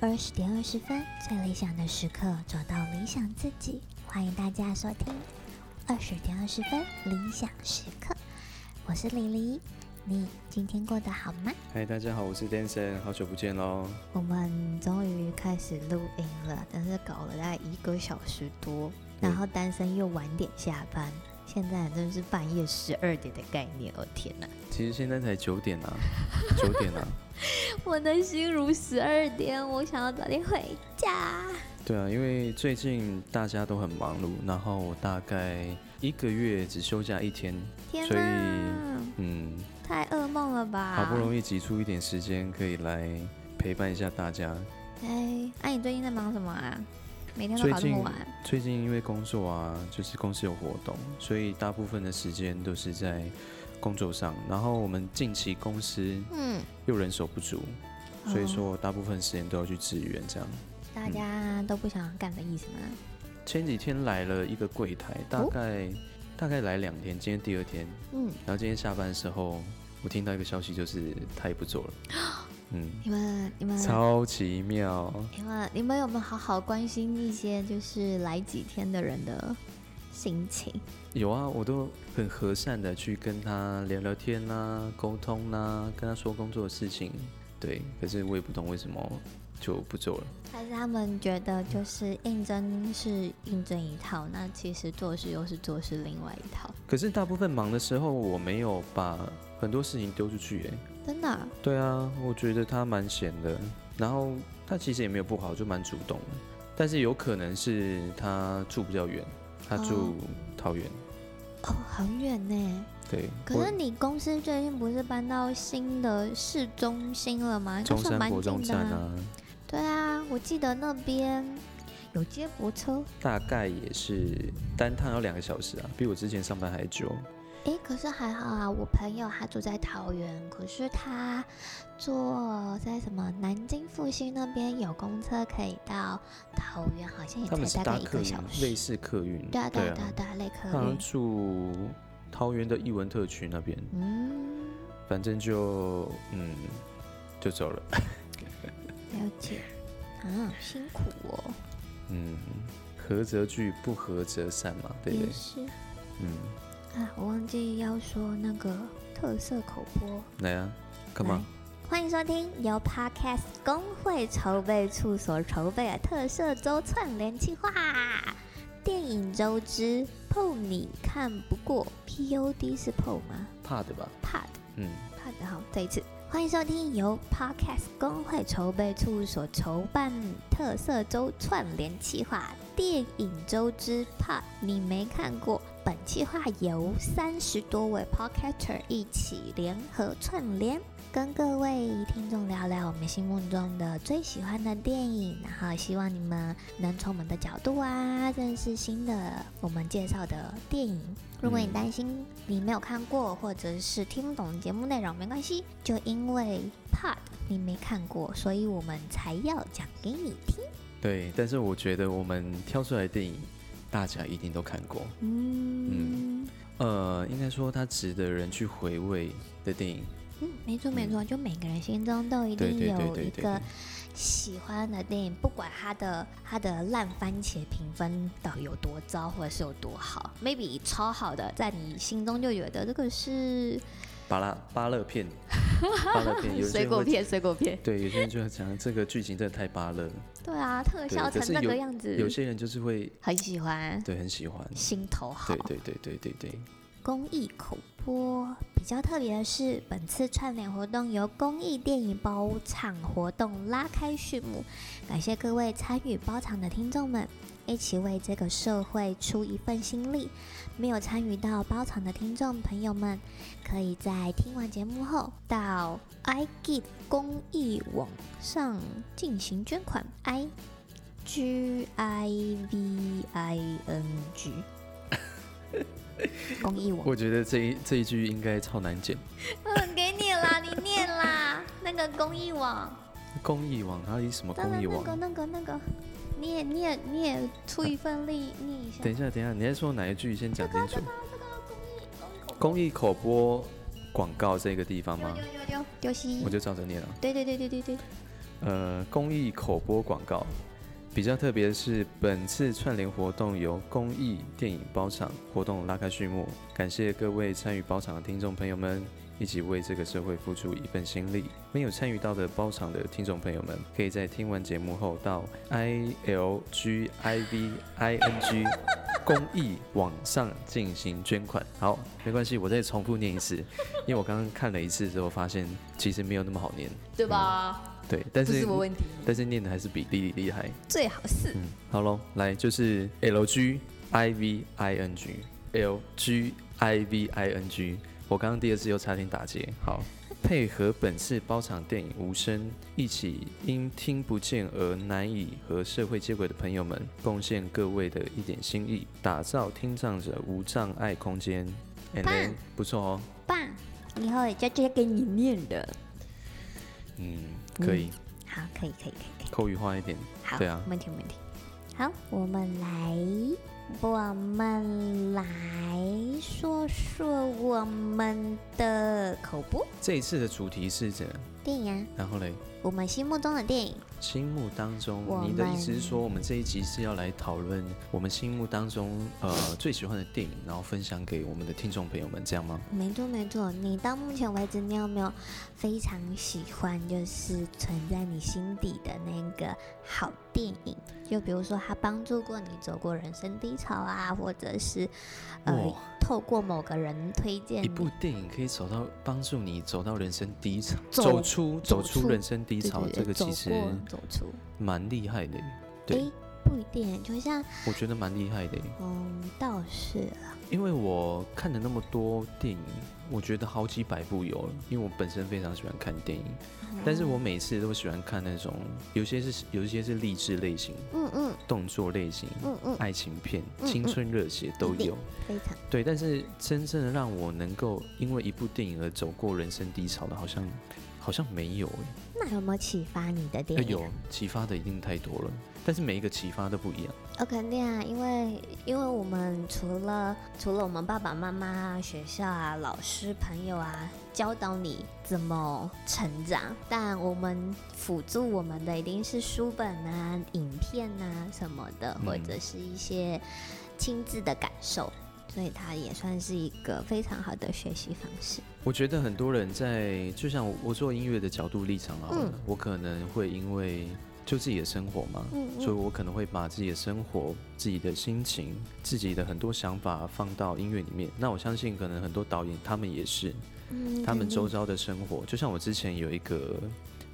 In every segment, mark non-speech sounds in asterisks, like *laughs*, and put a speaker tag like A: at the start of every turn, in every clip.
A: 二十点二十分，最理想的时刻，找到理想自己。欢迎大家收听二十点二十分理想时刻，我是李黎。你今天过得好吗？
B: 嗨，大家好，我是 Danson，好久不见喽。
A: 我们终于开始录音了，但是搞了大概一个小时多，然后单身又晚点下班，现在真是半夜十二点的概念，哦天哪！
B: 其实现在才九点 *laughs* 啊，九点啊。
A: 我的心如十二点，我想要早点回家。
B: 对啊，因为最近大家都很忙碌，然后我大概一个月只休假一天，
A: 天
B: 所以
A: 哪，
B: 嗯，
A: 太噩梦了吧！
B: 好不容易挤出一点时间可以来陪伴一下大家。
A: 哎，那、你最近在忙什么啊？每天都
B: 最
A: 搞这么
B: 近
A: 晚，
B: 最近因为工作啊，就是公司有活动，所以大部分的时间都是在工作上。然后我们近期公司
A: 嗯，哦
B: 又人手不足，所以说大部分时间都要去支援这样。
A: 大家都不想干的意思吗？
B: 前几天来了一个柜台，大概、大概来两天，今天第二天，
A: 嗯，
B: 然后今天下班的时候，我听到一个消息，就是他也不做了，嗯，
A: 你们你们
B: 超奇妙，
A: 你们你们有没有好好关心一些就是来几天的人的心情？
B: 有啊，我都很和善的去跟他聊聊天啦、沟通啦、跟他说工作的事情，对，可是我也不懂为什么就不做了，
A: 还是他们觉得就是应征是应征一套，那其实做事又是做事另外一套，
B: 可是大部分忙的时候，我没有把很多事情丢出去、欸，
A: 真的啊、
B: 对啊，我觉得他蛮闲的，然后他其实也没有不好，就蛮主动的。但是有可能是他住比较远，他
A: 哦
B: 住桃园。
A: 哦，很远呢。
B: 对，
A: 可是
B: 我
A: 你公司最近不是搬到新的市中心了吗？应该
B: 中
A: 算
B: 山
A: 蛮
B: 国中
A: 近的
B: 站啊，
A: 对啊，我记得那边有接驳车。
B: 大概也是单趟要两个小时啊，比我之前上班还久。
A: 诶，可是还好啊，我朋友他住在桃园，可是他坐在什么南京复兴那边有公车可以到桃园，好像也
B: 他们是
A: 才大概
B: 搭
A: 一
B: 客
A: 个
B: 运
A: 小，
B: 类
A: 时。
B: 似客运。
A: 对啊，对啊，对啊
B: 啊，，
A: 对啊，类客
B: 他好像
A: 运。
B: 住桃园的艺文特区那边，
A: 嗯，
B: 反正就嗯就走了，
A: 了解。啊，辛苦哦，
B: 嗯，合则聚，不合则散嘛，对不
A: 也
B: 对？
A: 是
B: 嗯。
A: 啊，我忘记要说那个特色口播。
B: 来啊，干嘛？
A: 欢迎收听由 Podcast 工会筹备处所筹备的特色周串联计划——电影周之碰你看不过 POD 是碰吗
B: 怕的吧？
A: ？Pod
B: 嗯，
A: Pod 好，再一次。欢迎收听由 Podcast 工会筹备处所筹办特色周串联计划“电影周之 Pod”，你没看过。本计划由三十多位 Podcaster 一起联合串联。跟各位听众聊聊我们心目中的最喜欢的电影，然后希望你们能从我们的角度啊，认识新的我们介绍的电影。如果你
B: 嗯
A: 担心你没有看过，或者是听不懂节目内容，没关系，就因为 Pod 你没看过，所以我们才要讲给你听。
B: 对。但是我觉得我们挑出来的电影，大家一定都看过。
A: 嗯
B: 呃，应该说它值得人去回味的电影。
A: 嗯，没错没错，就每个人心中都一
B: 对
A: 定
B: 对对
A: 有
B: 对
A: 一
B: 对
A: 个。喜欢的电影，不管它的它的烂番茄评分到底有多糟，或者是有多好，maybe 超好的，在你心中就觉得这个是
B: 巴拉巴
A: *laughs*
B: 乐片，巴乐片，有些
A: 水
B: 人
A: 果
B: 会。
A: 片，水果片。
B: 对，有些人就会讲这个剧情真的太巴乐，
A: 对啊，特效
B: 对，
A: 成
B: 可是
A: 那
B: 有
A: 个样
B: 有
A: 子，
B: 些人就是会
A: 很喜欢，
B: 对很喜欢，
A: 心头好
B: 对。对对对对对，
A: 公益口播比较特别的是，本次串联活动由公益电影包场活动拉开序幕，感谢各位参与包场的听众们，一起为这个社会出一份心力。没有参与到包场的听众朋友们，可以在听完节目后到 i g i t 公益网上进行捐款，i g i v i n g 公益网。
B: 我觉得这一这一句应该超难剪。
A: 嗯，给你啦，你念啦。那个公益网，
B: 公益网哪里什么
A: 当
B: 公
A: 然
B: 益
A: 那个
B: 网？
A: 那个那个，你也你也你也出一份力，念一下。
B: 等一下等一下，你在说哪一句？先讲清
A: 啊
B: 楚。
A: 这个公益公
B: 公益口播广告这个地方吗
A: 益？丢丢丢丢丢西
B: 我，就照着念了。啊
A: 对对对对对对，
B: 呃公益口播广告。比较特别的是，本次串联活动由公益电影包场活动拉开序幕，感谢各位参与包场的听众朋友们，一起为这个社会付出一份心力。没有参与到的包场的听众朋友们，可以在听完节目后到 i l g i v i n g 公益网上进行捐款。好，没关系，我再重复念一次，因为我刚刚看了一次之后，发现其实没有那么好念。
C: 对吧？
B: 对，但
C: 不
B: 是
C: 是我问题，
B: 但是念的还是比莉莉厉害。
C: 最好是
B: 嗯，好喽，来就是 L G I V I N G L G I V I N G，我刚刚第二次又差点打结。好，配合本次包场电影《无声》，一起因听不见而难以和社会接轨的朋友们，贡献各位的一点心意，打造听障者无障碍空间。And then，
A: 棒
B: 不错哦，
A: 棒！以后也就这些给你念的。
B: 嗯，可以，
A: 好，可以，可以，可以，可以。
B: 口语化一点。
A: 好，
B: 对啊
A: 没问题，没问题。好，我们来，我们来说说我们的口播
B: 这一次的主题是怎样？
A: 电影、啊，
B: 然后嘞？
A: 我们心目中的电影。
B: 心目当中
A: 我，
B: 你的意
A: 们
B: 思是说，我们这一集是要来讨论我们心目当中呃最喜欢的电影，然后分享给我们的听众朋友们，这样吗？
A: 没错，没错。你到目前为止，你有没有非常喜欢，就是存在你心底的那个好电影？就比如说，它帮助过你走过人生低潮啊，或者是呃
B: 哇，
A: 透过某个人推荐
B: 一部
A: 你。
B: 电影可以走到帮助你走到人生低潮，
A: 走
B: 走出走
A: 走
B: 出
A: 出
B: 人生低
A: 对
B: 潮，
A: 对
B: 这
A: 对，
B: 个
A: 走
B: 其
A: 过
B: 实
A: 走出。
B: 蛮厉害的耶，对
A: 诶，不一定，就像
B: 我觉得蛮厉害的耶，
A: 嗯，倒是啊
B: 因为我看了那么多电影，我觉得好几百部有了，因为我本身非常喜欢看电影，
A: 嗯
B: 但是我每次都喜欢看那种有些是有一些是励志类型、
A: 嗯嗯
B: 动作类型，
A: 嗯嗯，
B: 爱情片、
A: 嗯
B: 青春热血都
A: 一定
B: 有。
A: 非常
B: 对，但是真正让我能够因为一部电影而走过人生低潮的，好像好像没有哎、
A: 那有没有启发你的电
B: 呃
A: 影？
B: 有启发的一定太多了，但是每一个启发都不一样。
A: 呃，肯定啊，因为因为我们除了除了我们爸爸妈妈啊、学校啊、老师、朋友啊教导你怎么成长，但我们辅助我们的一定是书本啊、影片啊什么的，或
B: 嗯
A: 者是一些亲自的感受，所以它也算是一个非常好的学习方式。
B: 我觉得很多人在，就像我我做音乐的角度立场好了，
A: 嗯
B: 我可能会因为就自己的生活嘛，
A: 嗯
B: 所以我可能会把自己的生活、自己的心情、自己的很多想法放到音乐里面。那我相信，可能很多导演他们也是，
A: 嗯
B: 他们
A: 肯定
B: 周遭的生活，就像我之前有一个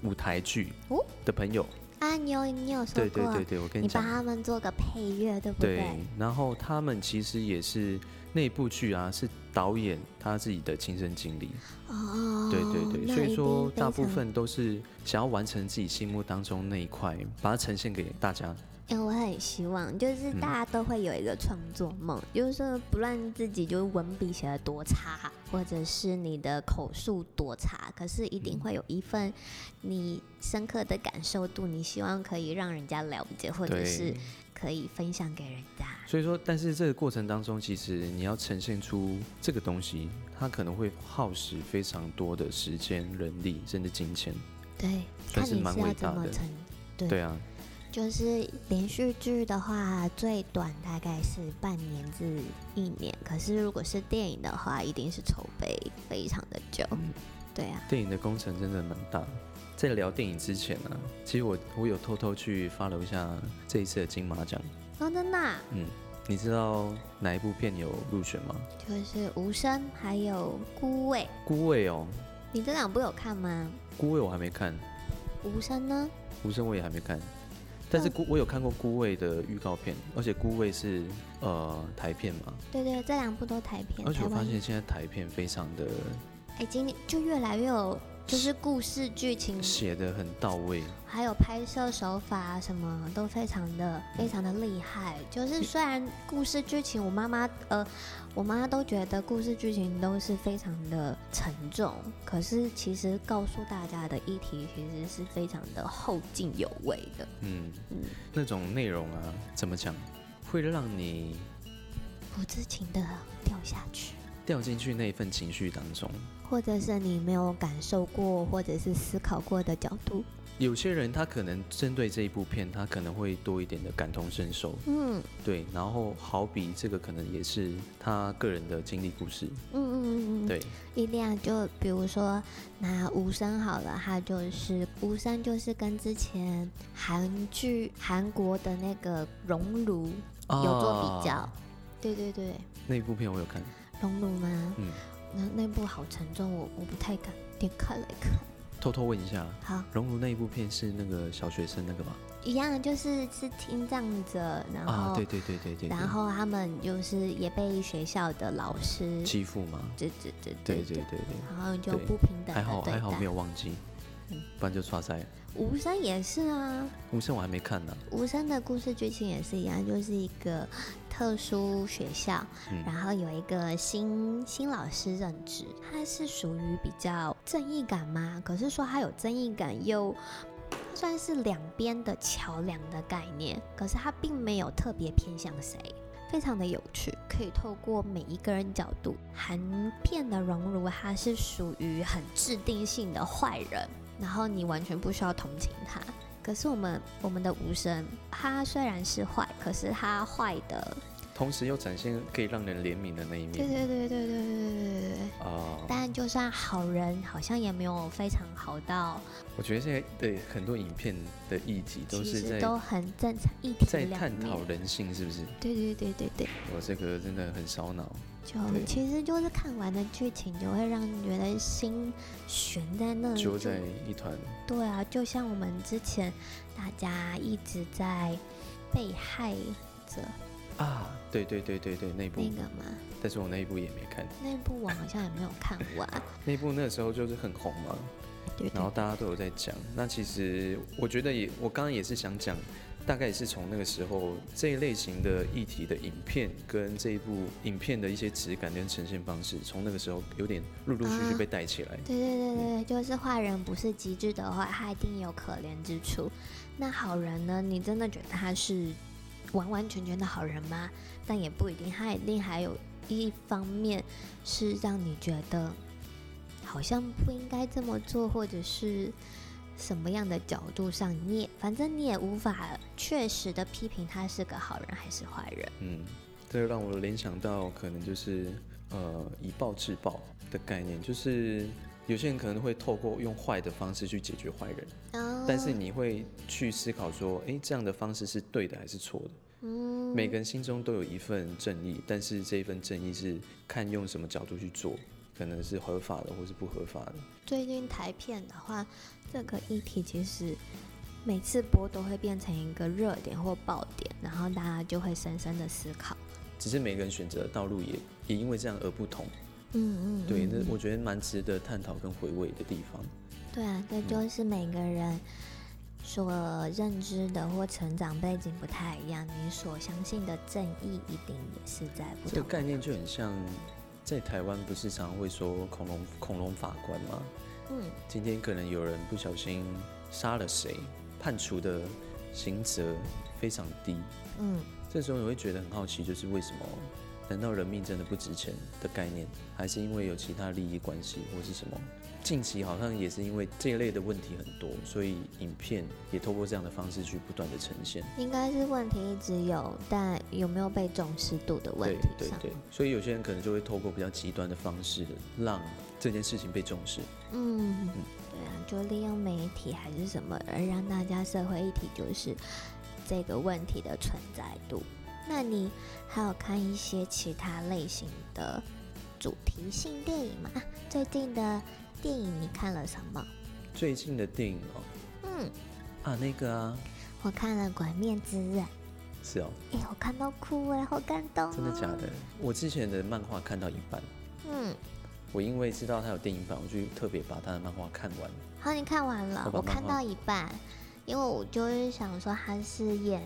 B: 舞台剧
A: 哦
B: 的朋友，
A: 啊，你有你有说
B: 对对
A: 过啊，
B: 对对，我跟
A: 你帮
B: 讲，
A: 他们做个配乐，对不
B: 对，然后他们其实也是那部剧啊，是导演他自己的亲身经历，
A: 哦，
B: 对对对，
A: 那
B: 所
A: 一
B: 以
A: 定
B: 说
A: 非
B: 大部
A: 常
B: 分都是想要完成自己心目当中那一块，把它呈现给大家。
A: 哎、我很希望，就是
B: 嗯
A: 大家都会有一个创作梦，就是说不论自己就是文笔写的多差，或者是你的口述多差，可是一
B: 嗯
A: 定会有一份你深刻的感受度，你希望可以让人家了解，或者是
B: 对，
A: 可以分享给人家。
B: 所以说，但是这个过程当中，其实你要呈现出这个东西，它可能会耗时非常多的时间、人力，甚至金钱。
A: 对，
B: 算
A: 看
B: 是
A: 你
B: 蛮
A: 是
B: 伟
A: 要怎
B: 大
A: 么
B: 的
A: 成。对
B: 对啊，
A: 就是连续剧的话，最短大概是半年至一年，可是如果是电影的话，一定是筹备非常的久。
B: 嗯
A: 对啊。
B: 电影的工程真的蛮大的。在聊电影之前呢、啊其实我我有偷偷去 follow 一下这一次的金马奖。
A: 哦，真的啊、
B: 嗯，你知道哪一部片有入选吗？
A: 就是无声还有孤味，
B: 孤味哦，
A: 你这两部有看吗？
B: 孤味我还没看，
A: 无声呢？
B: 无声我也还没看。但是
A: 嗯
B: 孤我有看过孤味的预告片，而且孤味是呃台片嘛，
A: 对对，这两部都台片，
B: 而且
A: 台
B: 我发
A: 湾
B: 现现在台片非常的
A: 哎，今年就越来越有，就是故事剧情，
B: 写的很到位，
A: 还有拍摄手法啊什么都非常的
B: 嗯
A: 非常的厉害。就是虽然故事剧情，我妈妈呃，我妈都觉得故事剧情都是非常的沉重，可是其实告诉大家的议题其实是非常的后劲有为的。
B: 嗯，
A: 嗯
B: 那种内容啊，怎么讲，会让你
A: 不自情的掉下去，
B: 掉进去那一份情绪当中。
A: 或者是你没有感受过或者是思考过的角度。
B: 有些人他可能针对这一部片，他可能会多一点的感同身受，
A: 嗯
B: 对。然后好比这个可能也是他个人的经历故事，
A: 嗯嗯嗯，嗯，
B: 对，
A: 一定要就比如说拿无声好了，他就是无声，就是跟之前韩剧韩国的那个《熔炉》有做比较，
B: 啊
A: 对对对，
B: 那一部片我有看，
A: 熔炉吗？
B: 嗯，
A: 那那部好沉重，我我不太敢点开来看。
B: 偷偷问一下，
A: 好，
B: 《熔炉》那一部片是那个小学生那个吗？
A: 一样就是是听障者，然后、
B: 啊，对对对对对，
A: 然后他们就是也被学校的老师
B: 对欺负嘛，
A: 指指指指
B: 对对
A: 指，
B: 对对，
A: 然后就
B: 对
A: 不平等
B: 还
A: 的
B: 好
A: 对
B: 还好没
A: 待。
B: 有忘记
A: 嗯，
B: 不然就刷塞了。
A: 无声也是啊，
B: 无声我还没看呢，
A: 无声的故事剧情也是一样，就是一个特殊学校，
B: 嗯
A: 然后有一个新新老师任职，他是属于比较正义感嘛，可是说他有正义感又。算是两边的桥梁的概念，可是他并没有特别偏向谁，非常的有趣，可以透过每一个人角度。韩片的熔炉，他是属于很制定性的坏人，然后你完全不需要同情他。可是我们我们的无声，他虽然是坏，可是他坏的，
B: 同时又展现可以让人怜悯的那一面。
A: 对对对对对对对对对。
B: 啊、
A: 但就算好人，好像也没有非常好到，
B: 我觉得现在的很多影片的议题都
A: 其
B: 是
A: 实
B: 在
A: 都很正常，一体
B: 在
A: 两
B: 探讨
A: 面。
B: 人性，是不是？
A: 对对对对对，
B: 我这个真的很烧脑。
A: 就
B: 对
A: 其实就是看完的剧情，就会让你觉得心悬在那里，就
B: 揪在一团，
A: 对啊，就像我们之前大家一直在被害者
B: 啊，对对对对对，那一部，
A: 那个嘛，
B: 但是我那一部也没看，
A: 那部我好像也没有看完。
B: 那一部那时候就是很红嘛，
A: 对对
B: 然后大家都有在讲。那其实我觉得也，我刚刚也是想讲，大概也是从那个时候这一类型的议题的影片跟这一部影片的一些质感跟呈现方式，从那个时候有点陆陆续续
A: 啊
B: 被带起来。
A: 对对对对，就是坏人不是极致的话，他一定有可怜之处。那好人呢？你真的觉得他是完完全全的好人吗？但也不一定，他一定还有一方面是让你觉得好像不应该这么做，或者是什么样的角度上，你也反正你也无法确实的批评他是个好人还是坏人。
B: 嗯，这让我联想到可能就是呃以暴制暴的概念，就是有些人可能会透过用坏的方式去解决坏人，但是
A: 哦
B: 你会去思考说，诶，这样的方式是对的还是错的？
A: 嗯，
B: 每个人心中都有一份正义，但是这一份正义是看用什么角度去做，可能是合法的或是不合法的。
A: 最近台片的话，这个议题其实每次播都会变成一个热点或爆点，然后大家就会深深的思考。
B: 只是每个人选择的道路也也因为这样而不同，
A: 嗯嗯，
B: 对，
A: 嗯
B: 那我觉得蛮值得探讨跟回味的地方。
A: 对啊，
B: 嗯
A: 这就是每个人所认知的或成长背景不太一样，你所相信的正义一定也是在不
B: 这个
A: 同。
B: 概念就很像，在台湾不是常常会说恐龙恐龙法官吗？
A: 嗯，
B: 今天可能有人不小心杀了谁，判处的刑责非常低，
A: 嗯，
B: 这时候你会觉得很好奇，就是为什么？难道人命真的不值钱的概念，还是因为有其他利益关系或是什么？近期好像也是因为这一类的问题很多，所以影片也透过这样的方式去不断的呈现。
A: 应该是问题一直有，但有没有被重视度的问
B: 对
A: 题
B: 对
A: 上。
B: 对，所以有些人可能就会透过比较极端的方式，让这件事情被重视。
A: 嗯，对啊，就利用媒体还是什么，而让大家社会议题就是这个问题的存在度。那你还有看一些其他类型的主题性电影吗？啊最近的电影你看了什么？
B: 最近的电影哦，
A: 嗯，
B: 啊那个啊，
A: 我看了《鬼面之刃》，
B: 是哦，
A: 哎，我看到哭哎，好感动、
B: 真的假？的？我之前的漫画看到一半，
A: 嗯，
B: 我因为知道它有电影版，我就特别把它的漫画看完。
A: 好，你看完了
B: 我，把
A: 我看
B: 漫
A: 到
B: 画
A: 一半，因为我就是想说他是演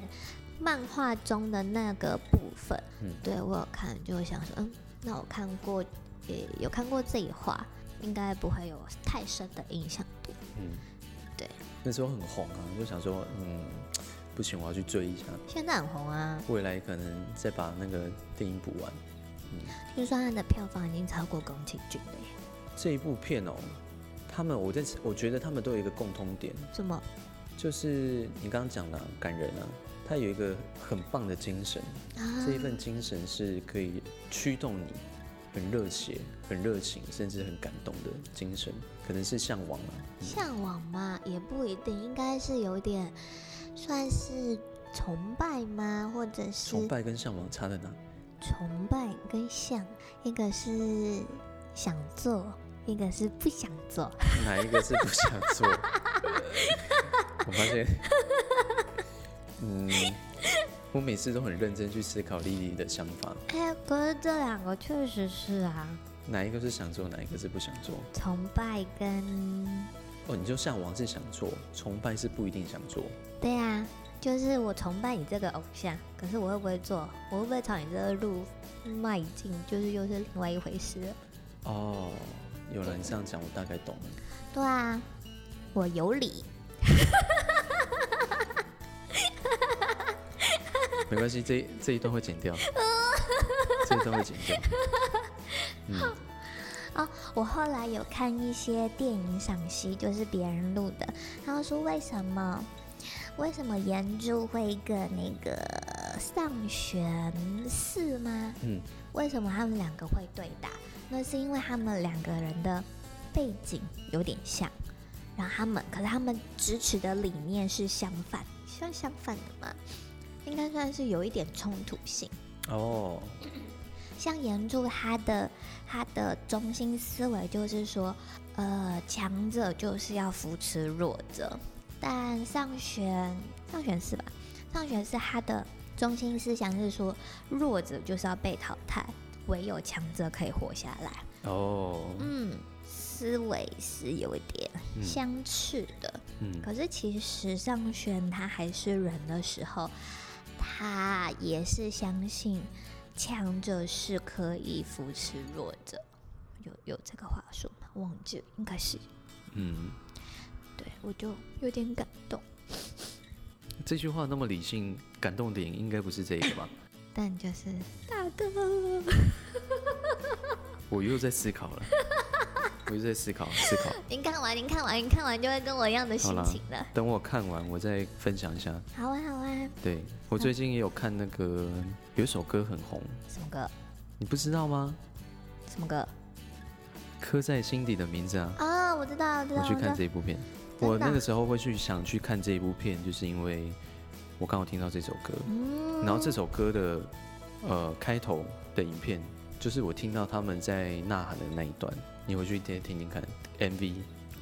A: 漫画中的那个部分，
B: 嗯
A: 对我有看，就想说，嗯，那我看过，也有看过这一话，应该不会有太深的印象度。
B: 嗯，
A: 对，
B: 那时候很红啊，就想说，嗯，不行，我要去追一下，
A: 现在很红啊，
B: 未来可能再把那个电影补完。
A: 听说他的票房已经超过宫崎骏了耶。
B: 这一部片哦，他们我在我觉得他们都有一个共通点，
A: 什么？
B: 就是你刚刚讲的啊、感人啊，他有一个很棒的精神，
A: 啊
B: 这一份精神是可以驱动你很热血、很热情，甚至很感动的精神，可能是向往啊。嗯
A: 向往嘛，也不一定，应该是有点算是崇拜吗？或者是
B: 崇拜跟向往差在哪？
A: 崇拜跟想，一个是想做，一个是不想做。
B: 哪一个是不想做？我发现，嗯，我每次都很认真去思考莉莉的想法，
A: *laughs* 哎，可是这两个确实是啊，
B: 哪一个是想做，哪一个是不想做？
A: 崇拜跟
B: 哦，你就向往是想做，崇拜是不一定想做。
A: 对啊，就是我崇拜你这个偶像，可是我会不会做，我会不会朝你这个路迈进，就是又是另外一回事了。
B: 哦，有人这样讲，我大概懂了。
A: 对啊，我有理。
B: 没关系，这一这一段会剪掉，这一段会剪掉。嗯，
A: 我后来有看一些电影赏析，就是别人录的，他们说为什么为什么岩柱会跟那个上玄寺吗？
B: 嗯，
A: 为什么他们两个会对打？那是因为他们两个人的背景有点像，然后他们可是他们支持的理念是相反，算相反的吗？应该算是有一点冲突性。
B: 哦，
A: 像岩柱他的他的中心思维就是说，呃，强者就是要扶持弱者，但上玄上玄是吧？上玄是他的中心思想是说，弱者就是要被淘汰，唯有强者可以活下来。
B: 哦，
A: 嗯，思维是有一点
B: 嗯
A: 相似的。
B: 嗯，
A: 可是其实上轩他还是人的时候，他也是相信强者是可以扶持弱者，有有这个话术吗？忘记了，应该是。
B: 嗯，
A: 对我就有点感动，
B: 这句话那么理性，感动点应该不是这个吧？
A: 但就是大哥，
B: 我又在思考了，我又在思考思考。
A: *laughs* 您看完，您看完，您看完就会跟我一样的心
B: 好啦
A: 情了。
B: 等我看完，我再分享一下。
A: 好啊，好啊，
B: 对我最近也有看那个，有一首歌很红，
A: 什么歌？
B: 你不知道吗？
A: 什么歌？
B: 刻在心底的名字啊，
A: 啊、我知道，我知
B: 我
A: 道，
B: 去
A: 我知
B: 看
A: 道。
B: 这一部片。
A: 真的
B: 我那个时候会去想去看这一部片，就是因为我刚好听到这首歌，
A: 嗯
B: 然后这首歌的呃开头的影片，就是我听到他们在呐喊的那一段，你回去听听听看 MV，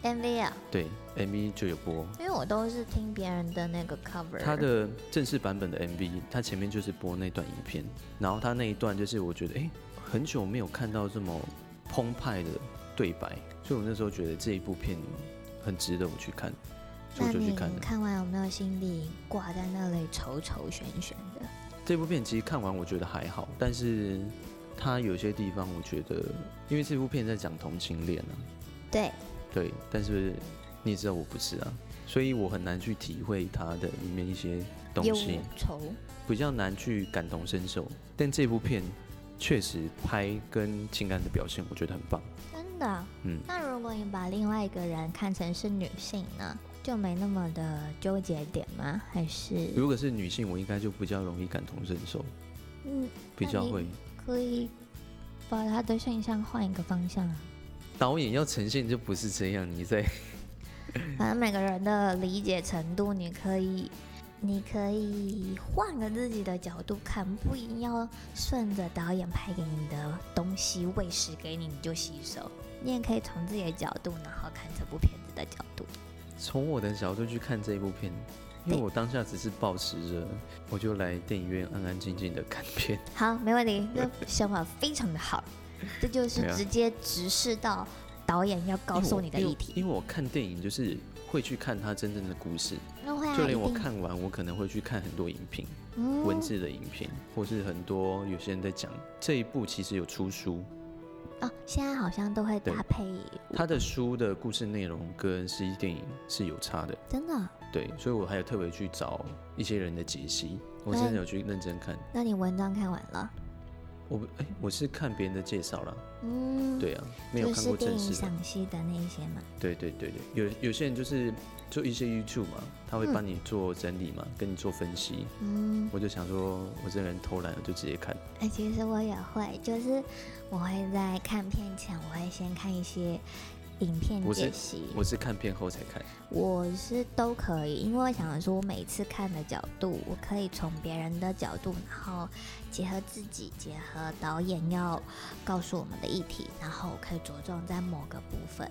A: MV 啊，
B: 对 MV 就有播。
A: 因为我都是听别人的那个 cover。
B: 它的正式版本的 MV，它前面就是播那段影片，然后它那一段就是我觉得，哎、很久没有看到这么澎湃的对白，所以我那时候觉得这一部片很值得我去看，所
A: 那
B: 以我就去
A: 你
B: 看了。
A: 看完有没有心里挂在那里愁愁悬悬的？
B: 这部片其实看完我觉得还好，但是它有些地方我觉得，因为这部片在讲同性恋啊，
A: 对，
B: 对，但是你也知道我不是啊，所以我很难去体会它的里面一些东
A: 忧
B: 西。
A: 愁。
B: 比较难去感同身受，但这部片确实拍跟情感的表现，我觉得很棒。
A: 真的啊，
B: 嗯
A: 那如果你把另外一个人看成是女性呢，就没那么的纠结点吗？还是
B: 如果是女性，我应该就比较容易感同身受，
A: 嗯，
B: 比较
A: 那你
B: 会。
A: 可以把他的性向换一个方向啊？
B: 导演要呈现就不是这样，你在啊
A: 反正每嗯个人的理解程度，你可以，你可以换个自己的角度看，不一定要顺着导演拍给你的东西喂食给你，你就吸收。你也可以从自己的角度，然后看这部片子的角度。
B: 从我的角度去看这部片，因为我当下只是抱持着，我就来电影院安安静静的看片。
A: 好，没问题，这想法非常的好，这就是
B: 对啊
A: 直接直视到导演要 *laughs* 告诉你的
B: 因为我
A: 议题。
B: 因为我看电影就是会去看它真正的故事，
A: 那会啊，
B: 嗯就连
A: 一
B: 我
A: 定
B: 看完，我可能会去看很多影评。
A: 嗯
B: 文字的影片，或是很多有些人在讲这一部其实有出书，
A: 哦，现在好像都会
B: 对
A: 搭配，
B: 他的书的故事内容跟实际电影是有差的，
A: 真的。
B: 对，所以我还有特别去
A: 嗯
B: 找一些人的解析，我真的有去认真看，
A: 那你文章看完了？
B: 我不哎、我是看别人的介绍啦，
A: 嗯，，
B: 对啊，没有
A: 就
B: 看
A: 是
B: 过
A: 电
B: 正
A: 影
B: 式的。
A: 赏析的那一些嘛。
B: 对对对对，有有些人就是就一些 YouTube 嘛，他会帮你做整理嘛，跟你做分析。
A: 嗯，
B: 我就想说，我这个人偷懒了，就直接看。
A: 哎，其实我也会，就是我会在看片前，我会先看一些影片
B: 我
A: 解
B: 是
A: 析。
B: 我是看片后才看。
A: 我是都可以，因为我想说，我每次看的角度，我可以从别人的角度，然后结合自己，结合导演要告诉我们的议题，然后我可以着重在某个部分，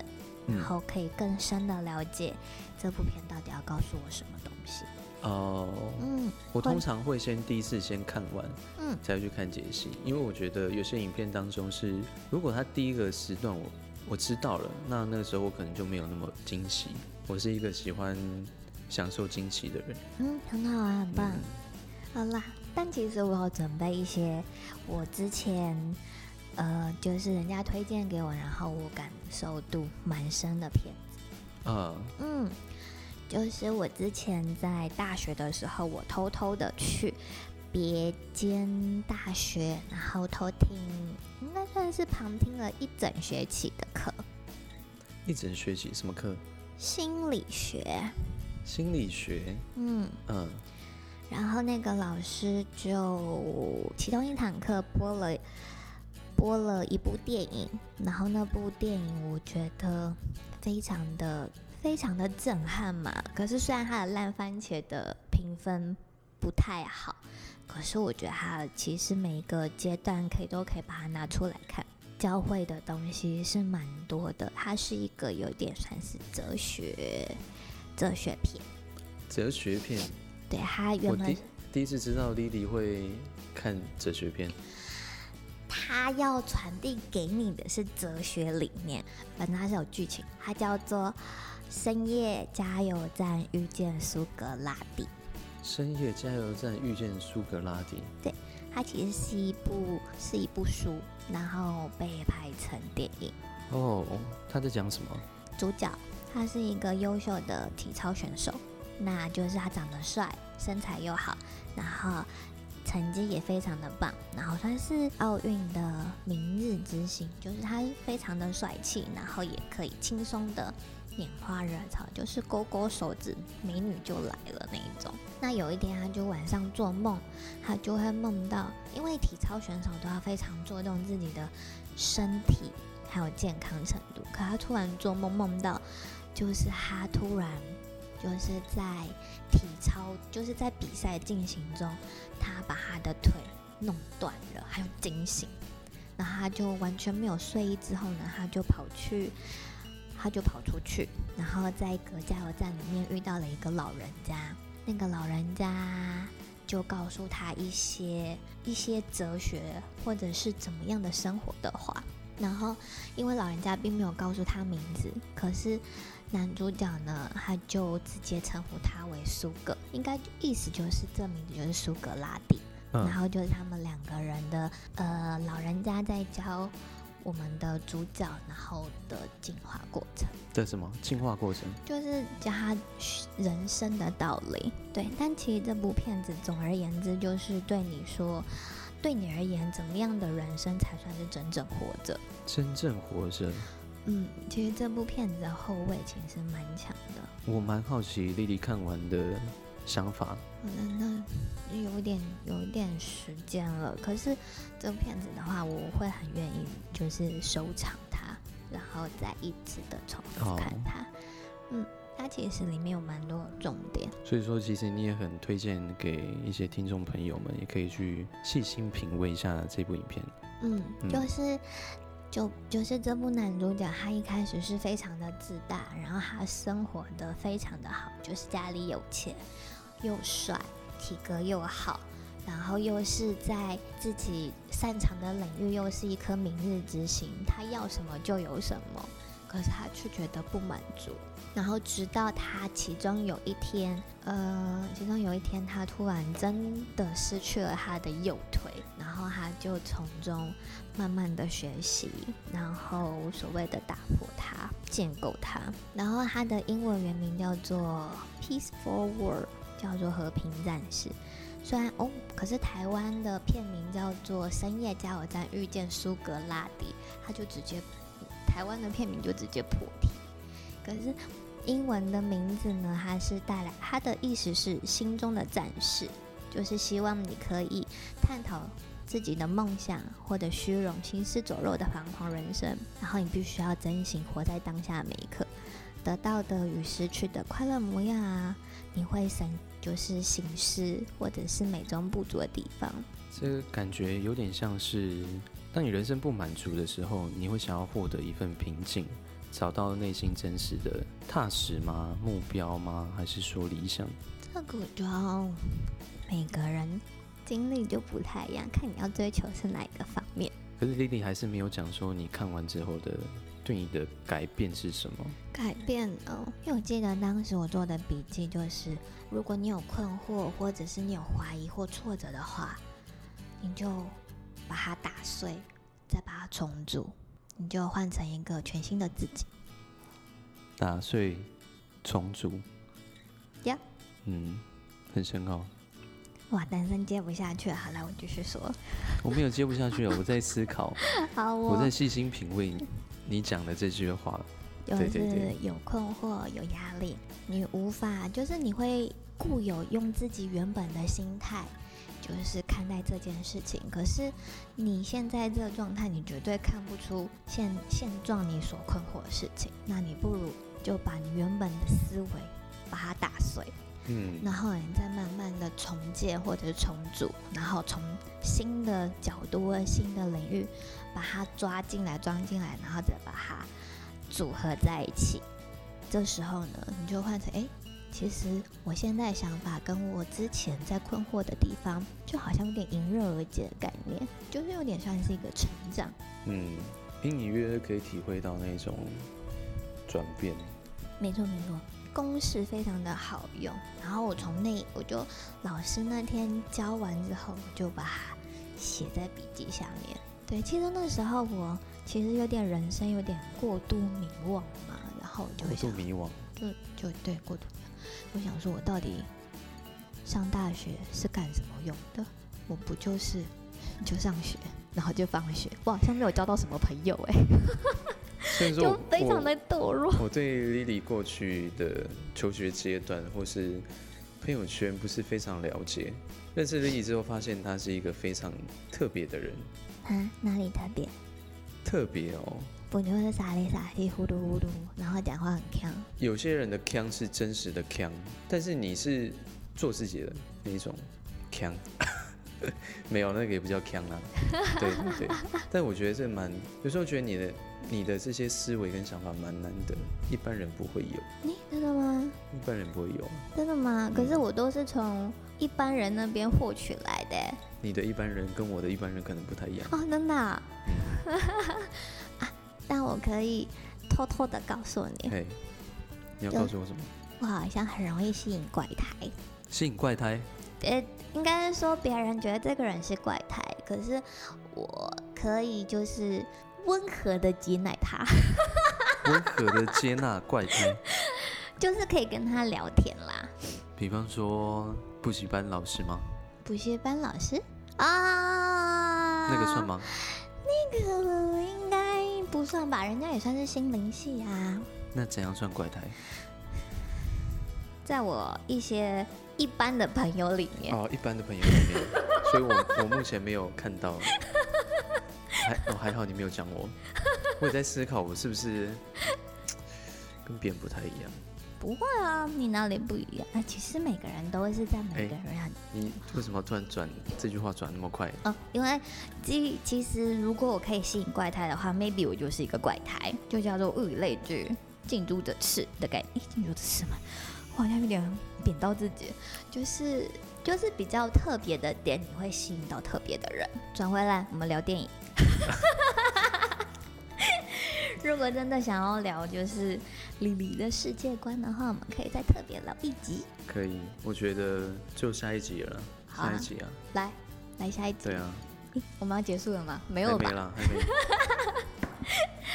B: 嗯
A: 然后可以更深的了解这部片到底要告诉我什么东西。
B: 哦、
A: 嗯
B: 我
A: 会
B: 通常会先第一次先看完，
A: 嗯
B: 才会去看解析，因为我觉得有些影片当中是，如果它第一个时段我我知道了，那那个时候我可能就没有那么惊喜。我是一个喜欢享受惊喜的人，
A: 嗯，很好啊，很棒。好啦，但其实我有准备一些我之前。呃，就是人家推荐给我，然后我感受度蛮深的片
B: 啊，
A: 嗯，就是我之前在大学的时候，我偷偷的去别间大学，然后偷听，应该算是旁听了一整学期的课，
B: 一整学期什么课？
A: 心理学。
B: 心理学，
A: 嗯，
B: 嗯，
A: 然后那个老师就其中一堂课播了播了一部电影，然后那部电影我觉得非常的非常的震撼嘛。可是虽然它的烂番茄的评分不太好，可是我觉得它其实每一个阶段可以都可以把它拿出来看。教会的东西是蛮多的，它是一个有点算是哲学哲学片。
B: 哲学片。
A: 对，它
B: 我
A: 原本
B: 第第一次知道 Lily 会看哲学片，
A: 他要传递给你的是哲学理念，反正它是有剧情，它叫做《深夜加油站遇见苏格拉底》。
B: 深夜加油站遇见苏格拉底，
A: 它其实是一部是一部书，然后被拍成电影。
B: 哦，他在讲什么？
A: 主角他是一个优秀的体操选手，那就是他长得帅，身材又好，然后成绩也非常的棒，然后算是奥运的明日之星，就是他非常的帅气，然后也可以轻松的拈花惹草，就是勾勾手指，美女就来了那一种。那有一天，他就晚上做梦，他就会梦到，因为体操选手都要非常注重自己的身体还有健康程度，可他突然做梦梦到，就是他突然就是在体操，就是在比赛进行中，他把他的腿弄断了，还有惊醒，然后他就完全没有睡意。之后呢，他就跑去，他就跑出去，然后在一个加油站里面遇到了一个老人家，那个老人家就告诉他一些一些哲学或者是怎么样的生活的话。然后，因为老人家并没有告诉他名字，可是男主角呢，他就直接称呼他为苏格，应该意思就是这名字就是苏格拉底。
B: 嗯
A: 然后就是他们两个人的呃老人家在教我们的主角，然后的进化过程，
B: 的什么进化过程？
A: 就是教他人生的道理。对，但其实这部片子总而言之就是对你说，对你而言怎么样的人生才算是真正活着？
B: 真正活着，
A: 嗯，其实这部片子的后味其实蛮强的。
B: 我蛮好奇丽丽看完的想法。
A: 可能嗯那有点有点时间了，可是这部片子的话，我会很愿意就是收藏它，然后再一直的重复看它。嗯，它其实里面有蛮多的重点。
B: 所以说，其实你也很推荐给一些听众朋友们，也可以去细心品味一下这部影片。
A: 嗯，
B: 嗯
A: 就是就就是这部男主角，他一开始是非常的自大，然后他生活的非常的好，就是家里有钱，又帅，体格又好，然后又是在自己擅长的领域又是一颗明日之星，他要什么就有什么，可是他却觉得不满足。然后直到他其中有一天，呃，其中有一天他突然真的失去了他的右腿，然后他就从中慢慢的学习，然后所谓的打破它、建构它。然后他的英文原名叫做 Peaceful World，叫做和平战士。虽然哦，可是台湾的片名叫做《深夜加油站遇见苏格拉底》，它就直接台湾的片名就直接破题。可是英文的名字呢，它是带来它的意思是心中的战士，就是希望你可以探讨自己的梦想或者虚荣、行尸走肉的彷徨人生，然后你必须要真心活在当下每一刻，得到的与失去的快乐模样啊，你会省就是形式或者是美中不足的地方。
B: 这个感觉有点像是，当你人生不满足的时候，你会想要获得一份平静，找到内心真实的踏实吗？目标吗？还是说理想？
A: 这个就要每个人经历就不太一样，看你要追求是哪一个方面。
B: 可是 Lily 还是没有讲说你看完之后的对你的改变是什么。
A: 改变了，因为我记得当时我做的笔记就是，如果你有困惑，或者是你有怀疑或挫折的话，你就把它打碎，再把它重组，你就换成一个全新的自己。
B: 打碎、重组。
A: Yeah
B: 嗯，很深奥。
A: 哇，男生接不下去了，好了，我继续
B: *laughs*
A: 说。
B: 我没有接不下去啊了，我在思
A: *laughs*
B: 考，
A: 好，
B: 我在细心品味你讲的这句话。
A: 就
B: 对
A: 是
B: 对对
A: 有困惑、有压力，你无法，就是你会固有用自己原本的心态，就是看待这件事情。可是你现在这个状态，你绝对看不出现现状你所困惑的事情，那你不如就把你原本的思维把它打碎，
B: 嗯，
A: 然后你再慢慢的重建或者是重组，然后从新的角度、或新的领域把它抓进来、装进来，然后再把它组合在一起。这时候呢，你就换成哎，诶其实我现在的想法跟我之前在困惑的地方，就好像有点迎刃而解的概念，就是有点算是一个成长。
B: 嗯，隐隐约约可以体会到那种转变。
A: 没错没错，公式非常的好用。然后我从那我就老师那天教完之后，我就把它写在笔记下面。对，其实那时候我其实有点人生有点过度迷惘嘛，然后我就
B: 过
A: 想
B: 度迷惘，
A: 就就对过度迷惘，我想说我到底上大学是干什么用的？我不就是就上学，然后就放学，我好像没有交到什么朋友哎、
B: 虽然说
A: 就
B: 我
A: 非常的堕落。 *laughs*
B: 我对 Lily 过去的求学阶段或是朋友圈不是非常了解，认识 Lily 之后发现她是一个非常特别的人，
A: 啊，哪里特别？
B: 特别哦。
A: 不就是傻里傻气、糊里糊涂，然后讲话很呛。
B: 有些人的腔是真实的腔，但是你是做自己的那一种腔， *laughs* 没有那个也不叫腔
A: *laughs*
B: 啦、对对对，但我觉得这蛮，有时候觉得你的你的这些思维跟想法蛮难得，一般人不会有，
A: 你真的吗？
B: 一般人不会有。
A: 真的吗？可是我都是从一般人那边获取来的欸。
B: 你的一般人跟我的一般人可能不太一样。
A: 哦，真的啊、 *laughs* 啊但我可以偷偷的告诉你，
B: 嘿，你要
A: 就
B: 告诉我什么？
A: 我好像很容易吸引怪胎。
B: 吸引怪胎，
A: 呃，应该是说别人觉得这个人是怪胎，可是我可以就是温和的接纳他， *laughs*
B: 温和的接纳怪胎。
A: 就是可以跟他聊天啦。
B: 比方说补习班老师吗？
A: 补习班老师啊，
B: 那个算？吗？
A: 这个应该不算吧，人家也算是心灵系啊。
B: 那怎样算怪胎？
A: 在我一些一般的朋友里面，
B: 哦，一般的朋友里面， *laughs* 所以我我目前没有看到。还哦，还好你没有讲我，我也在思考我是不是跟别人不太一样。
A: 不会啊，你哪里不一样？啊，其实每个人都是在每个人、
B: 你为什么突然转这句话转那么快？
A: 哦，因为其其实如果我可以吸引怪胎的话，maybe 我就是一个怪胎，就叫做物以类聚，近朱者赤的概念。诶近朱者赤嘛，我好像有点贬到自己，就是就是比较特别的点，你会吸引到特别的人。转回来，我们聊电影。 *laughs* 如果真的想要聊就是李黎的世界观的话，我们可以再特别聊一集。
B: 可以，我觉得就下一集了，
A: 好啊
B: 下一集啊，
A: 来，来下一集。
B: 对啊，
A: 诶我们要结束了吗？没
B: 没
A: 有 *laughs* 吧
B: 还没？啦，还没。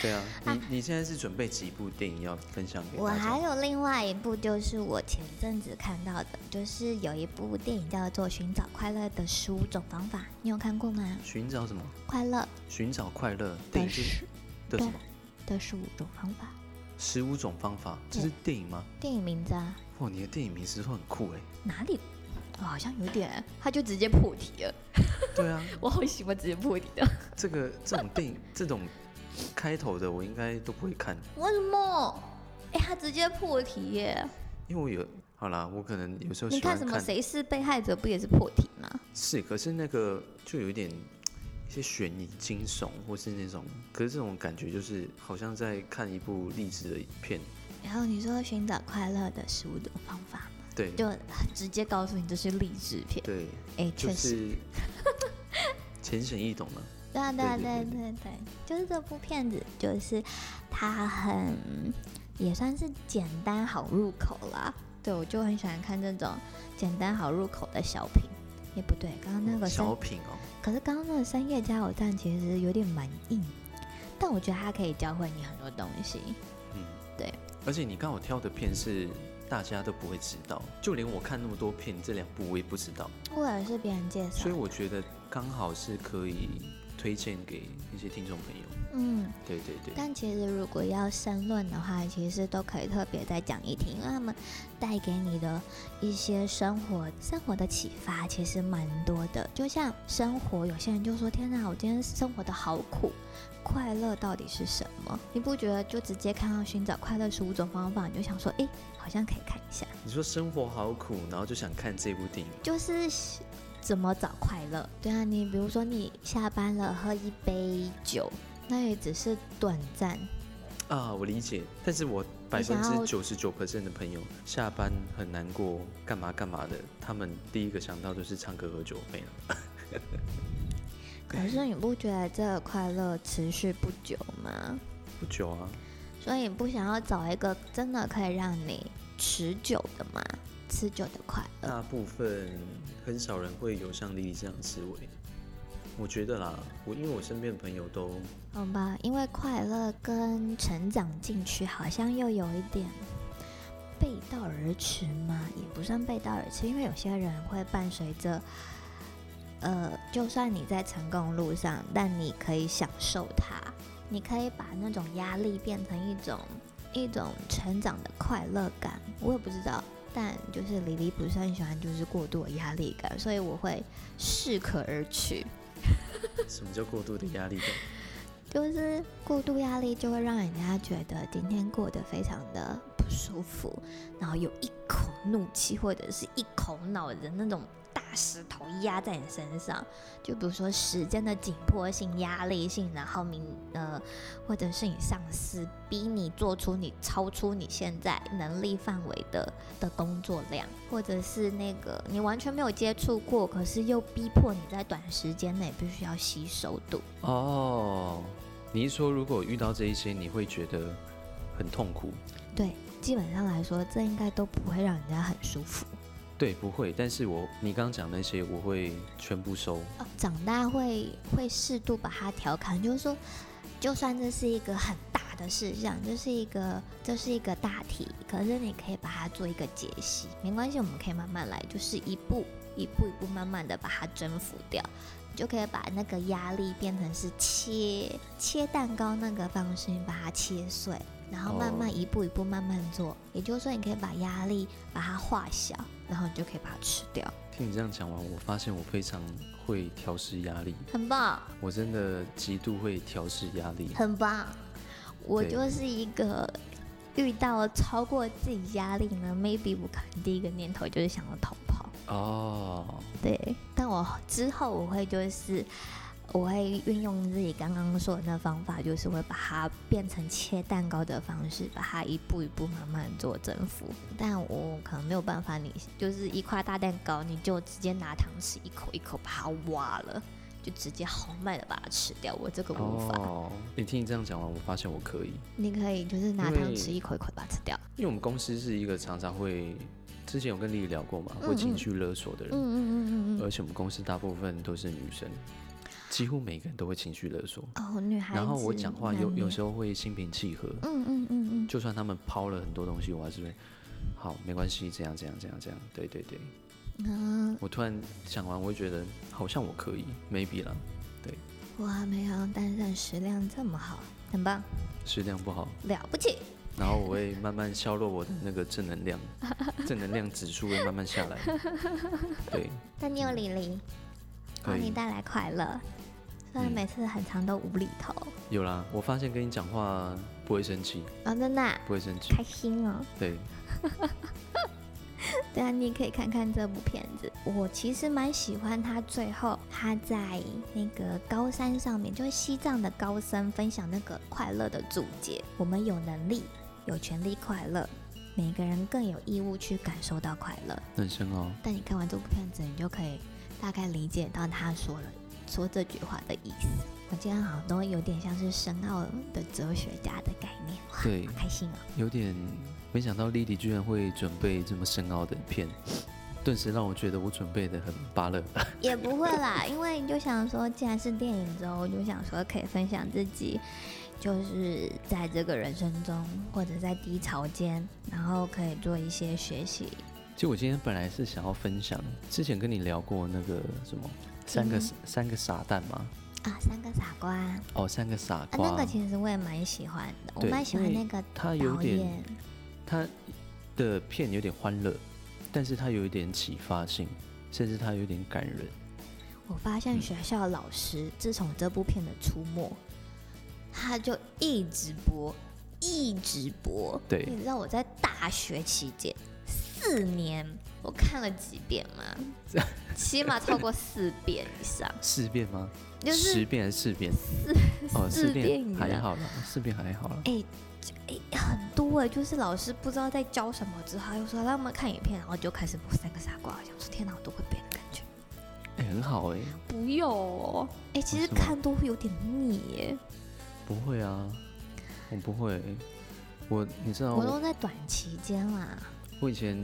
B: 对啊，你你现在是准备几部电影要分享给
A: 我
B: 大
A: 还
B: 家？
A: 有另外一部，就是我前阵子看到的，就是有一部电影叫做《寻找快乐的十五种方法》，你有看过吗？
B: 寻找什么？
A: 快乐
B: 寻找快乐电
A: 的
B: 影是
A: 十
B: 的什么？
A: 的十五种方法，
B: 十五种方法，这是电影吗？
A: 电影名字啊，
B: 哇，你的电影名字都很酷哎。
A: 哪里？哦好像有点，他就直接破题了。
B: *laughs* 对啊，
A: 我好喜欢直接破题的， *laughs*
B: 这个这种电影这种开头的我应该都不会看，
A: 为什么？哎、他直接破题耶！
B: 因为我有好啦，我可能有时候
A: 你
B: 喜欢
A: 看什么？谁是被害者？不也是破题吗？
B: 是，可是那个就有一点一些悬疑、惊悚，或是那种，可是这种感觉就是好像在看一部励志的片。
A: 然后你说寻找快乐的十五种方法嘛，
B: 对
A: 就很直接告诉你这是励志片。
B: 对，
A: 哎，
B: 就
A: 确实，
B: 是 *laughs* 浅显易懂了。
A: 对啊，对啊，
B: 对
A: 对
B: 对对
A: 对对，就是这部片子，就是它很也算是简单好入口啦。对，我就很喜欢看这种简单好入口的小品。也不对，刚刚那个深
B: 小，品哦，
A: 可是刚刚那个深夜加油站其实有点蛮硬，但我觉得它可以教会你很多东西。
B: 嗯，
A: 对。
B: 而且你刚好挑的片是大家都不会知道，就连我看那么多片，这两部我也不知道，
A: 或者是别人介绍
B: 所以，我觉得刚好是可以推荐给一些听众朋友。
A: 嗯，
B: 对对对，
A: 但其实如果要申论的话，其实都可以特别再讲一听，因为他们带给你的一些生活生活的启发其实蛮多的。就像生活，有些人就说：“天哪，我今天生活的好苦。”快乐到底是什么？你不觉得就直接看到寻找快乐十五种方法，你就想说，诶，好像可以看一下，
B: 你说生活好苦，然后就想看这部电影。
A: 就是怎么找快乐？对啊，你比如说你下班了喝一杯酒，那也只是短暂，
B: 啊，我理解，但是我百
A: 你
B: 分
A: 想
B: 之
A: 要
B: 九十九 percent 的朋友下班很难过，干嘛干嘛的，他们第一个想到就是唱歌喝酒哎没了。
A: 可是你不觉得这个快乐持续不久吗？
B: 不久啊，
A: 所以你不想要找一个真的可以让你持久的吗？持久的快乐，
B: 大部分很少人会有像莉莉这样的思维。我觉得啦，我因为我身边的朋友都
A: 好吧？因为快乐跟成长进去好像又有一点背道而驰嘛，也不算背道而驰，因为有些人会伴随着，呃，就算你在成功路上，但你可以享受它，你可以把那种压力变成一种一种成长的快乐感。我也不知道，但就是李黎不是很喜欢就是过度的压力感，所以我会适可而取。
B: 什么叫过度的压力感？
A: 就是过度压力就会让人家觉得今天过得非常的不舒服，然后有一口怒气或者是一口脑的那种大石头压在你身上，就比如说时间的紧迫性、压力性，然后明呃，或者是你上司逼你做出你超出你现在能力范围的的工作量，或者是那个你完全没有接触过，可是又逼迫你在短时间内必须要吸收度。
B: 哦，你一说如果遇到这一些，你会觉得很痛苦？
A: 对，基本上来说，这应该都不会让人家很舒服。
B: 对，不会。但是我你刚刚讲那些，我会全部收。
A: 哦、长大会会适度把它调侃，就是说，就算这是一个很大的事项，这是一个这是一个大题，可是你可以把它做一个解析，没关系，我们可以慢慢来，就是一步一步一步慢慢的把它征服掉。你就可以把那个压力变成是切切蛋糕那个方式，你把它切碎，然后慢慢
B: 哦
A: 一步一步慢慢做。也就是说，你可以把压力把它化小，然后你就可以把它吃掉，
B: 听你这样讲完，我发现我非常会调试压力。
A: 很棒。
B: 我真的极度会调试压力。
A: 很棒。我
B: 对
A: 就是一个遇到超过自己压力呢，maybe 我可能第一个念头就是想要逃跑。
B: 哦，
A: 对，但我之后我会就是我会运用自己刚刚说的那方法，就是会把它变成切蛋糕的方式，把它一步一步慢慢做征服。但我可能没有办法你，就是一块大蛋糕，你就直接拿糖匙一口一口把它挖了，就直接豪迈的把它吃掉，我这个无法。
B: 哦，你听你这样讲完，我发现我可以，
A: 你可以就是拿
B: 因为
A: 汤匙一口一口把它吃掉。
B: 因为我们公司是一个常常会，之前有跟丽丽聊过嘛，
A: 嗯
B: 会情绪勒索的人，
A: 嗯嗯嗯嗯嗯。
B: 而且我们公司大部分都是女生，几乎每个人都会情绪勒索，
A: 哦，女孩子，
B: 然后我讲话有有时
A: 候，
B: 候会心平气和，
A: 嗯嗯嗯嗯，
B: 就算他们抛了很多东西，我还是会好没关系，这样这样这样这样，对对对，
A: 嗯，
B: 我突然想完，我会觉得好像我可以，maybe 啦，
A: 我还没有担任食量这么好，很棒，
B: 食量不好，
A: 了不起。
B: 然后我会慢慢消弱我的那个正能量，正能量指数会慢慢下来，对，
A: 但你有李黎，
B: 可
A: 帮你
B: 以，
A: 带来快乐。虽然
B: 嗯
A: 每次很长都无厘头，
B: 有啦，我发现跟你讲话不会生气，
A: 啊、真的啊、
B: 不会生气，
A: 开心哦。
B: 对，
A: 对啊，你可以看看这部片子。我其实蛮喜欢他最后他在那个高山上面，就是西藏的高僧分享那个快乐的注解：我们有能力，有权利快乐，每个人更有义务去感受到快乐。
B: 人生哦，
A: 但你看完这部片子，你就可以大概理解到他说了说这句话的意思。我今天好像都有点像是深奥的哲学家的概念，哇
B: 对
A: 好开心哦。
B: 有点没想到莉莉居然会准备这么深奥的片，顿时让我觉得我准备的很巴乐。
A: 也不会啦，因为就想说，既然是电影周，就想说可以分享自己，就是在这个人生中或者在低潮间，然后可以做一些学习。
B: 其实我今天本来是想要分享，之前跟你聊过那个什么三个
A: 嗯
B: 三个傻蛋嘛，
A: 啊，三个傻瓜啊，
B: 哦，三个傻瓜，
A: 那个其实我也蛮喜欢的，我
B: 对
A: 蛮喜欢
B: 因为
A: 那个
B: 他有
A: 导
B: 点
A: 演，
B: 他的片有点欢乐，但是他有一点启发性，甚至他有点感人。
A: 我发现学校老师自从这部片的出没，他就一直播，一直播。
B: 对
A: 你知道我在大学期间四年，我看了几遍吗？ *laughs* 起码超过四遍以上，
B: 四遍吗？
A: 就
B: 十
A: 是
B: 遍还是四遍？哦，
A: 四
B: 四
A: 遍以
B: 遍还
A: 上
B: 好啦，四遍还好啦。
A: 很多哎、就是老师不知道在教什么，之后他又说让我们看影片，然后就开始播三个傻瓜，我想说天哪，我都会背的感觉。
B: 哎、很好哎、
A: 不用哦，哎、其实
B: 是吗
A: 看多会有点腻耶，
B: 不会啊，我不会。我你知道
A: 我
B: 我
A: 都在短期间啦。
B: 我以前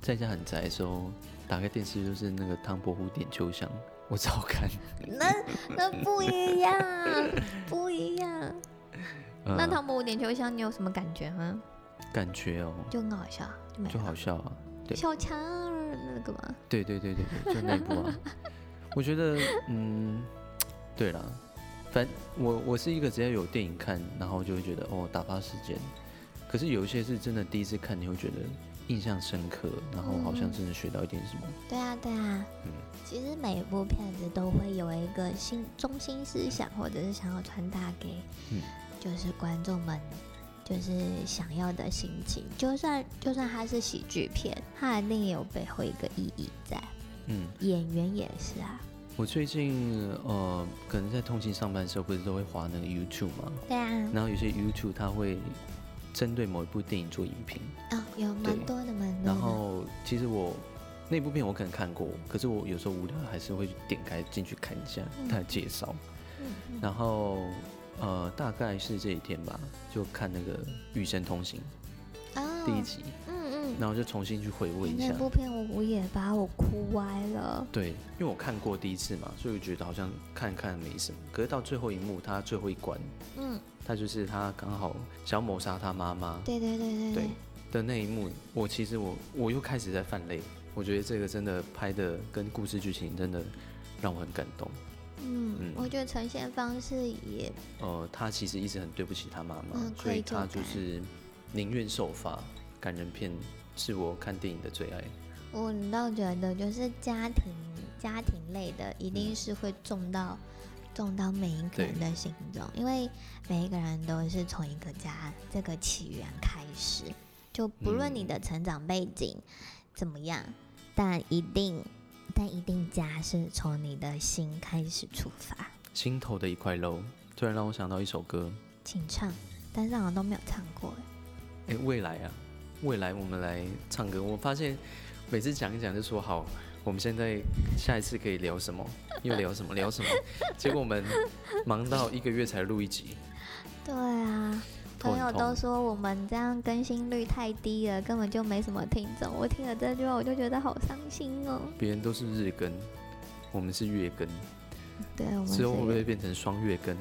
B: 在家很宅的时候，打开电视就是那个唐伯虎点秋香，我照看。
A: 那
B: *laughs*
A: 那不一样，不一样。
B: 呃
A: 那唐伯虎点秋香，你有什么感觉吗？
B: 感觉哦，
A: 就很好笑，就没
B: 就
A: 了。
B: 好笑啊。对
A: 小强儿那个嘛，
B: 对对对对对，就那一部
A: *laughs*
B: 啊。我觉得嗯，对啦，反我我是一个只要有电影看，然后就会觉得哦打发时间。可是有一些是真的第一次看，你会觉得印象深刻，然后
A: 嗯
B: 好像真的学到一点什么。
A: 对啊对啊。
B: 嗯
A: 其实每一部片子都会有一个心中心思想，或者是想要传达给，
B: 嗯
A: 就是观众们。就是想要的心情，就算就算它是喜剧片，它一定有背后一个意义在。
B: 嗯
A: 演员也是啊，
B: 我最近呃，可能在通勤上班的时候，不是都会滑那个 YouTube 嘛？
A: 对啊，
B: 然后有些 YouTube 它会针对某一部电影做影评，
A: 哦，有蛮
B: 对
A: 多的蛮多的。
B: 然后其实我那部片我可能看过，可是我有时候无聊还是会点开进去看一下
A: 嗯
B: 它的介绍。
A: 嗯，嗯
B: 然后呃，大概是这一天吧，就看那个《与神同行》
A: 哦
B: 第一集，
A: 嗯
B: 然后就重新去回味
A: 嗯，
B: 一
A: 那
B: 下。
A: 部片我我也把我哭歪了。
B: 对，因为我看过第一次嘛，所以我觉得好像看看没什么。可是到最后一幕，它最后一关
A: 嗯，
B: 他就是他刚好想要谋杀他妈妈
A: 对对对对
B: 对的那一幕，我其实我我又开始在泛泪。我觉得这个真的拍的跟故事剧情真的让我很感动。
A: 嗯，
B: 嗯
A: 我觉得呈现方式也
B: 呃，他其实一直很对不起他妈妈，
A: 嗯
B: 所
A: 愧
B: 以
A: 疚
B: 他就
A: 感
B: 是宁愿受罚。感人片是我看电影的最爱。
A: 我倒觉得就是家庭家庭类的，一
B: 嗯
A: 定是会重到、重到每一个人的心中，因为每一个人都是从一个家这个起源开始，就不论
B: 嗯
A: 你的成长背景怎么样，但一定但一定家是从你的心开始出发，
B: 心头的一块肉，突然让我想到一首歌，
A: 请唱，但是好像都没有唱过哎。
B: 哎，未来啊，未来我们来唱歌。我发现每次讲一讲就说好，我们现在下一次可以聊什么，又聊什么聊什么，结果我们忙到一个月才录一集，
A: 对啊，
B: 头
A: 朋
B: 很
A: 友
B: 痛
A: 都说我们这样更新率太低了，根本就没什么听众。我听了这句话，我就觉得好伤心哦。
B: 别人都是日更，我们是月更，
A: 对，啊我们
B: 之后会不
A: 这
B: 会
A: 个
B: 变成双月更、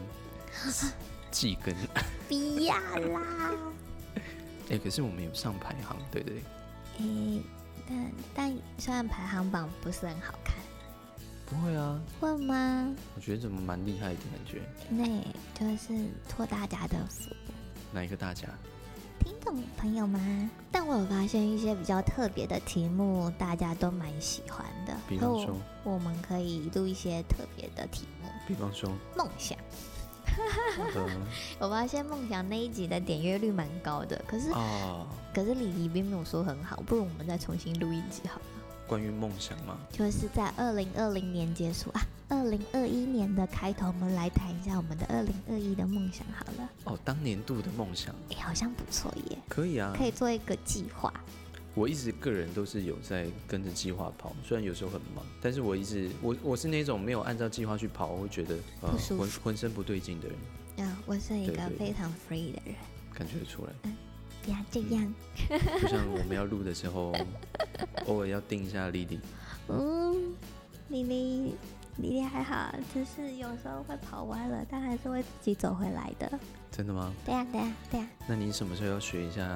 B: 季更？哎、
A: 不要啦。
B: 可是我们有上排行，对不对？
A: 诶、但但虽然排行榜不是很好看，
B: 不会啊，
A: 会吗？
B: 我觉得怎么蛮厉害的感觉。
A: 那也就是托大家的福，
B: 哪一个大家？
A: 听众朋友们。但我有发现一些比较特别的题目，大家都蛮喜欢的。
B: 比方
A: 所以
B: 说，
A: 我，我们可以录一些特别的题目，
B: 比方说，
A: 梦想。
B: 呃，
A: *laughs* 我发现梦想那一集的点阅率蛮高的，可是、
B: 啊，
A: 可是李黎并没有说很好，不如我们再重新录一集
B: *laughs*
A: 好了。
B: 关于梦想嘛，
A: 就是在二零二零年结束啊，二零二一年的开头，我们来谈一下我们的二零二一的梦想好了。
B: 哦，当年度的梦想
A: 诶，好像不错耶，
B: 可以啊。
A: 可以做一个计划。
B: 我一直个人都是有在跟着计划跑，虽然有时候很忙，但是我一直我我是那种没有按照计划去跑，我会觉得呃
A: 不舒服
B: 浑浑身不对劲的人，
A: 嗯，我是一个
B: 对对
A: 非常 free 的人，
B: 感觉得出来。
A: 不要这样。
B: 就像我们要录的
A: *laughs*
B: 时候，偶尔要定一下 l i
A: 嗯，李黎，李黎还好，只是有时候会跑歪了，但还是会自己走回来的。
B: 真的吗？
A: 对呀、对呀、对啊呀、
B: 那你什么时候要学一下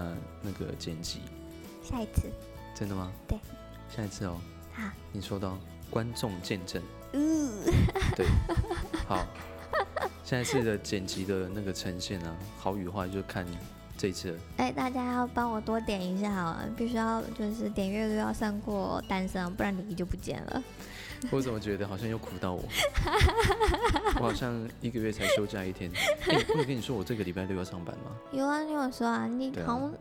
B: 那个剪辑？
A: 下一次，
B: 真的吗？
A: 对，
B: 下一次哦。
A: 好，
B: 你说到观众见证，
A: 嗯， *laughs*
B: 对，好，下一次的剪辑的那个呈现啊，好与坏就看这一次了。
A: 哎，大家要帮我多点一下啊，必须要就是点阅率要胜过单身，啊不然李黎就不见了。
B: *laughs* 我怎么觉得好像又苦到我？我好像一个月才休假一天。哎我有跟你说我这个礼拜六要上班吗？
A: 有啊，你有说啊，你
B: 对啊
A: 好像、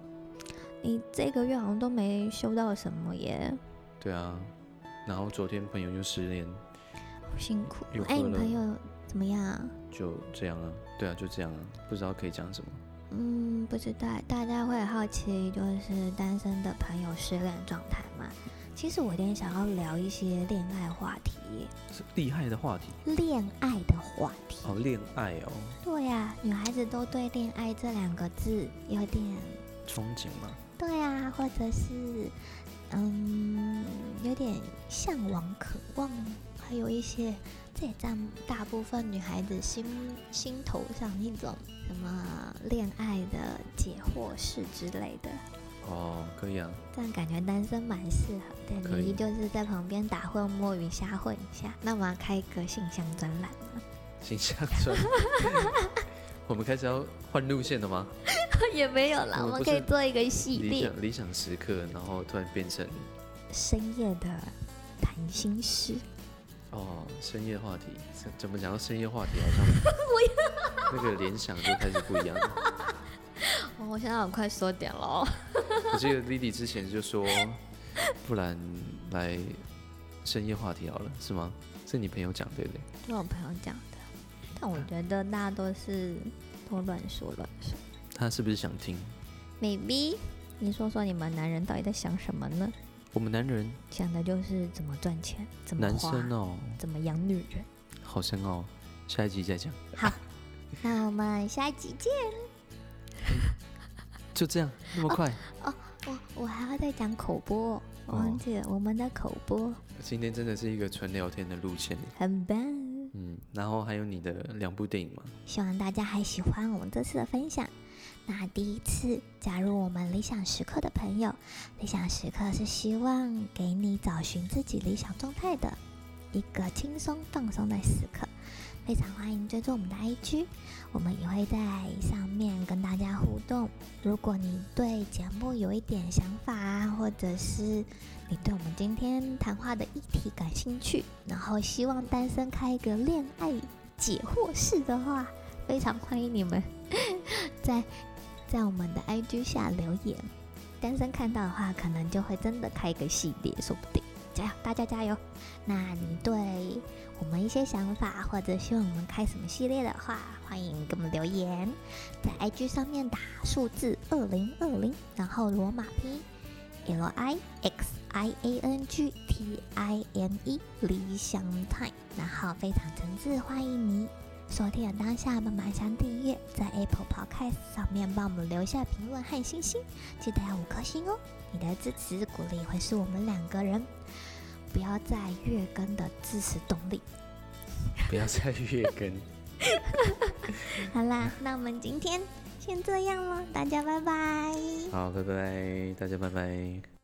A: 你这个月好像都没修到什么耶，
B: 对啊，然后昨天朋友又失恋，
A: 好辛苦
B: 有。
A: 哎、
B: 喝
A: 你
B: 了
A: 朋友怎么样啊？
B: 就这样啊。对啊，就这样啊，不知道可以讲什么。
A: 嗯，不知道，大家会好奇就是单身的朋友失恋状态嘛？其实我有点想要聊一些恋爱话题耶，
B: 是厉害的话题
A: 恋爱的话题。
B: 哦，恋爱哦，
A: 对呀、女孩子都对恋爱这两个字有点
B: 憧憬嘛。
A: 对啊，或者是嗯，有点向往、渴望，还有一些，这也占大部分女孩子心心头上一种什么恋爱的解惑式之类的。
B: 哦，可以啊，
A: 这样感觉单身蛮适合的，
B: 可以
A: 你就是在旁边打混摸鱼、瞎混一下。那我们要开一个信箱专栏吗？
B: 形象转。我们开始要换路线了吗？
A: 也没有啦，
B: 我
A: 我们
B: 们不
A: 可以
B: 是
A: 做一个系
B: 理
A: 列
B: 想理想时刻，然后突然变成
A: 深夜的谈心事。
B: 哦深夜话题，怎怎么讲到深夜话题好像那个联想就开始不一样了。
A: 哦，我现在很快说点喽。
B: 我记得 Lily 之前就说，不然来深夜话题好了，是吗？是你朋友讲对不对？
A: 跟我朋友讲的，但我觉得大家都是都乱说乱说。
B: 他是不是想听？
A: Maybe 你说说你们男人到底在想什么呢？
B: 我们男人
A: 想的就是怎么赚钱，怎么
B: 男
A: 花，
B: 生哦，
A: 怎么养女人。
B: 好深奥，下一集再讲。
A: 那我们下一集见。
B: 就这样，那么快？
A: 我我还要再讲口播，我
B: 哦
A: 忘记了我们的口播
B: 今天真的是一个纯聊天的路线，
A: 很棒。
B: 嗯，然后还有你的两部电影嘛，
A: 希望大家还喜欢我们这次的分享。那第一次加入我们理想时刻的朋友，理想时刻是希望给你找寻自己理想状态的一个轻松放松的时刻。非常欢迎追踪我们的 IG，我们也会在上面跟大家互动。如果你对节目有一点想法啊，或者是你对我们今天谈话的议题感兴趣，然后希望单身开一个恋爱解惑式的话，非常欢迎你们 *laughs* 在在我们的 IG 下留言。单身看到的话，可能就会真的开一个系列，说不定。加油，大家加油！那你对我们一些想法，或者希望我们开什么系列的话，欢迎给我们留言，在 IG 上面打数字二零二零，然后罗马拼音 L I X I A N G T I M E 理想 time，然后非常诚挚欢迎你收听的当下，慢慢想订阅，在 Apple Podcast 上面帮我们留下评论和星星，记得要五颗星哦。你的支持鼓励会是我们两个人不要再月更的支持动力。
B: 不要再 *laughs* 月更，
A: 好啦，那我们今天先这样了，大家拜拜。
B: 好，拜拜，大家拜拜。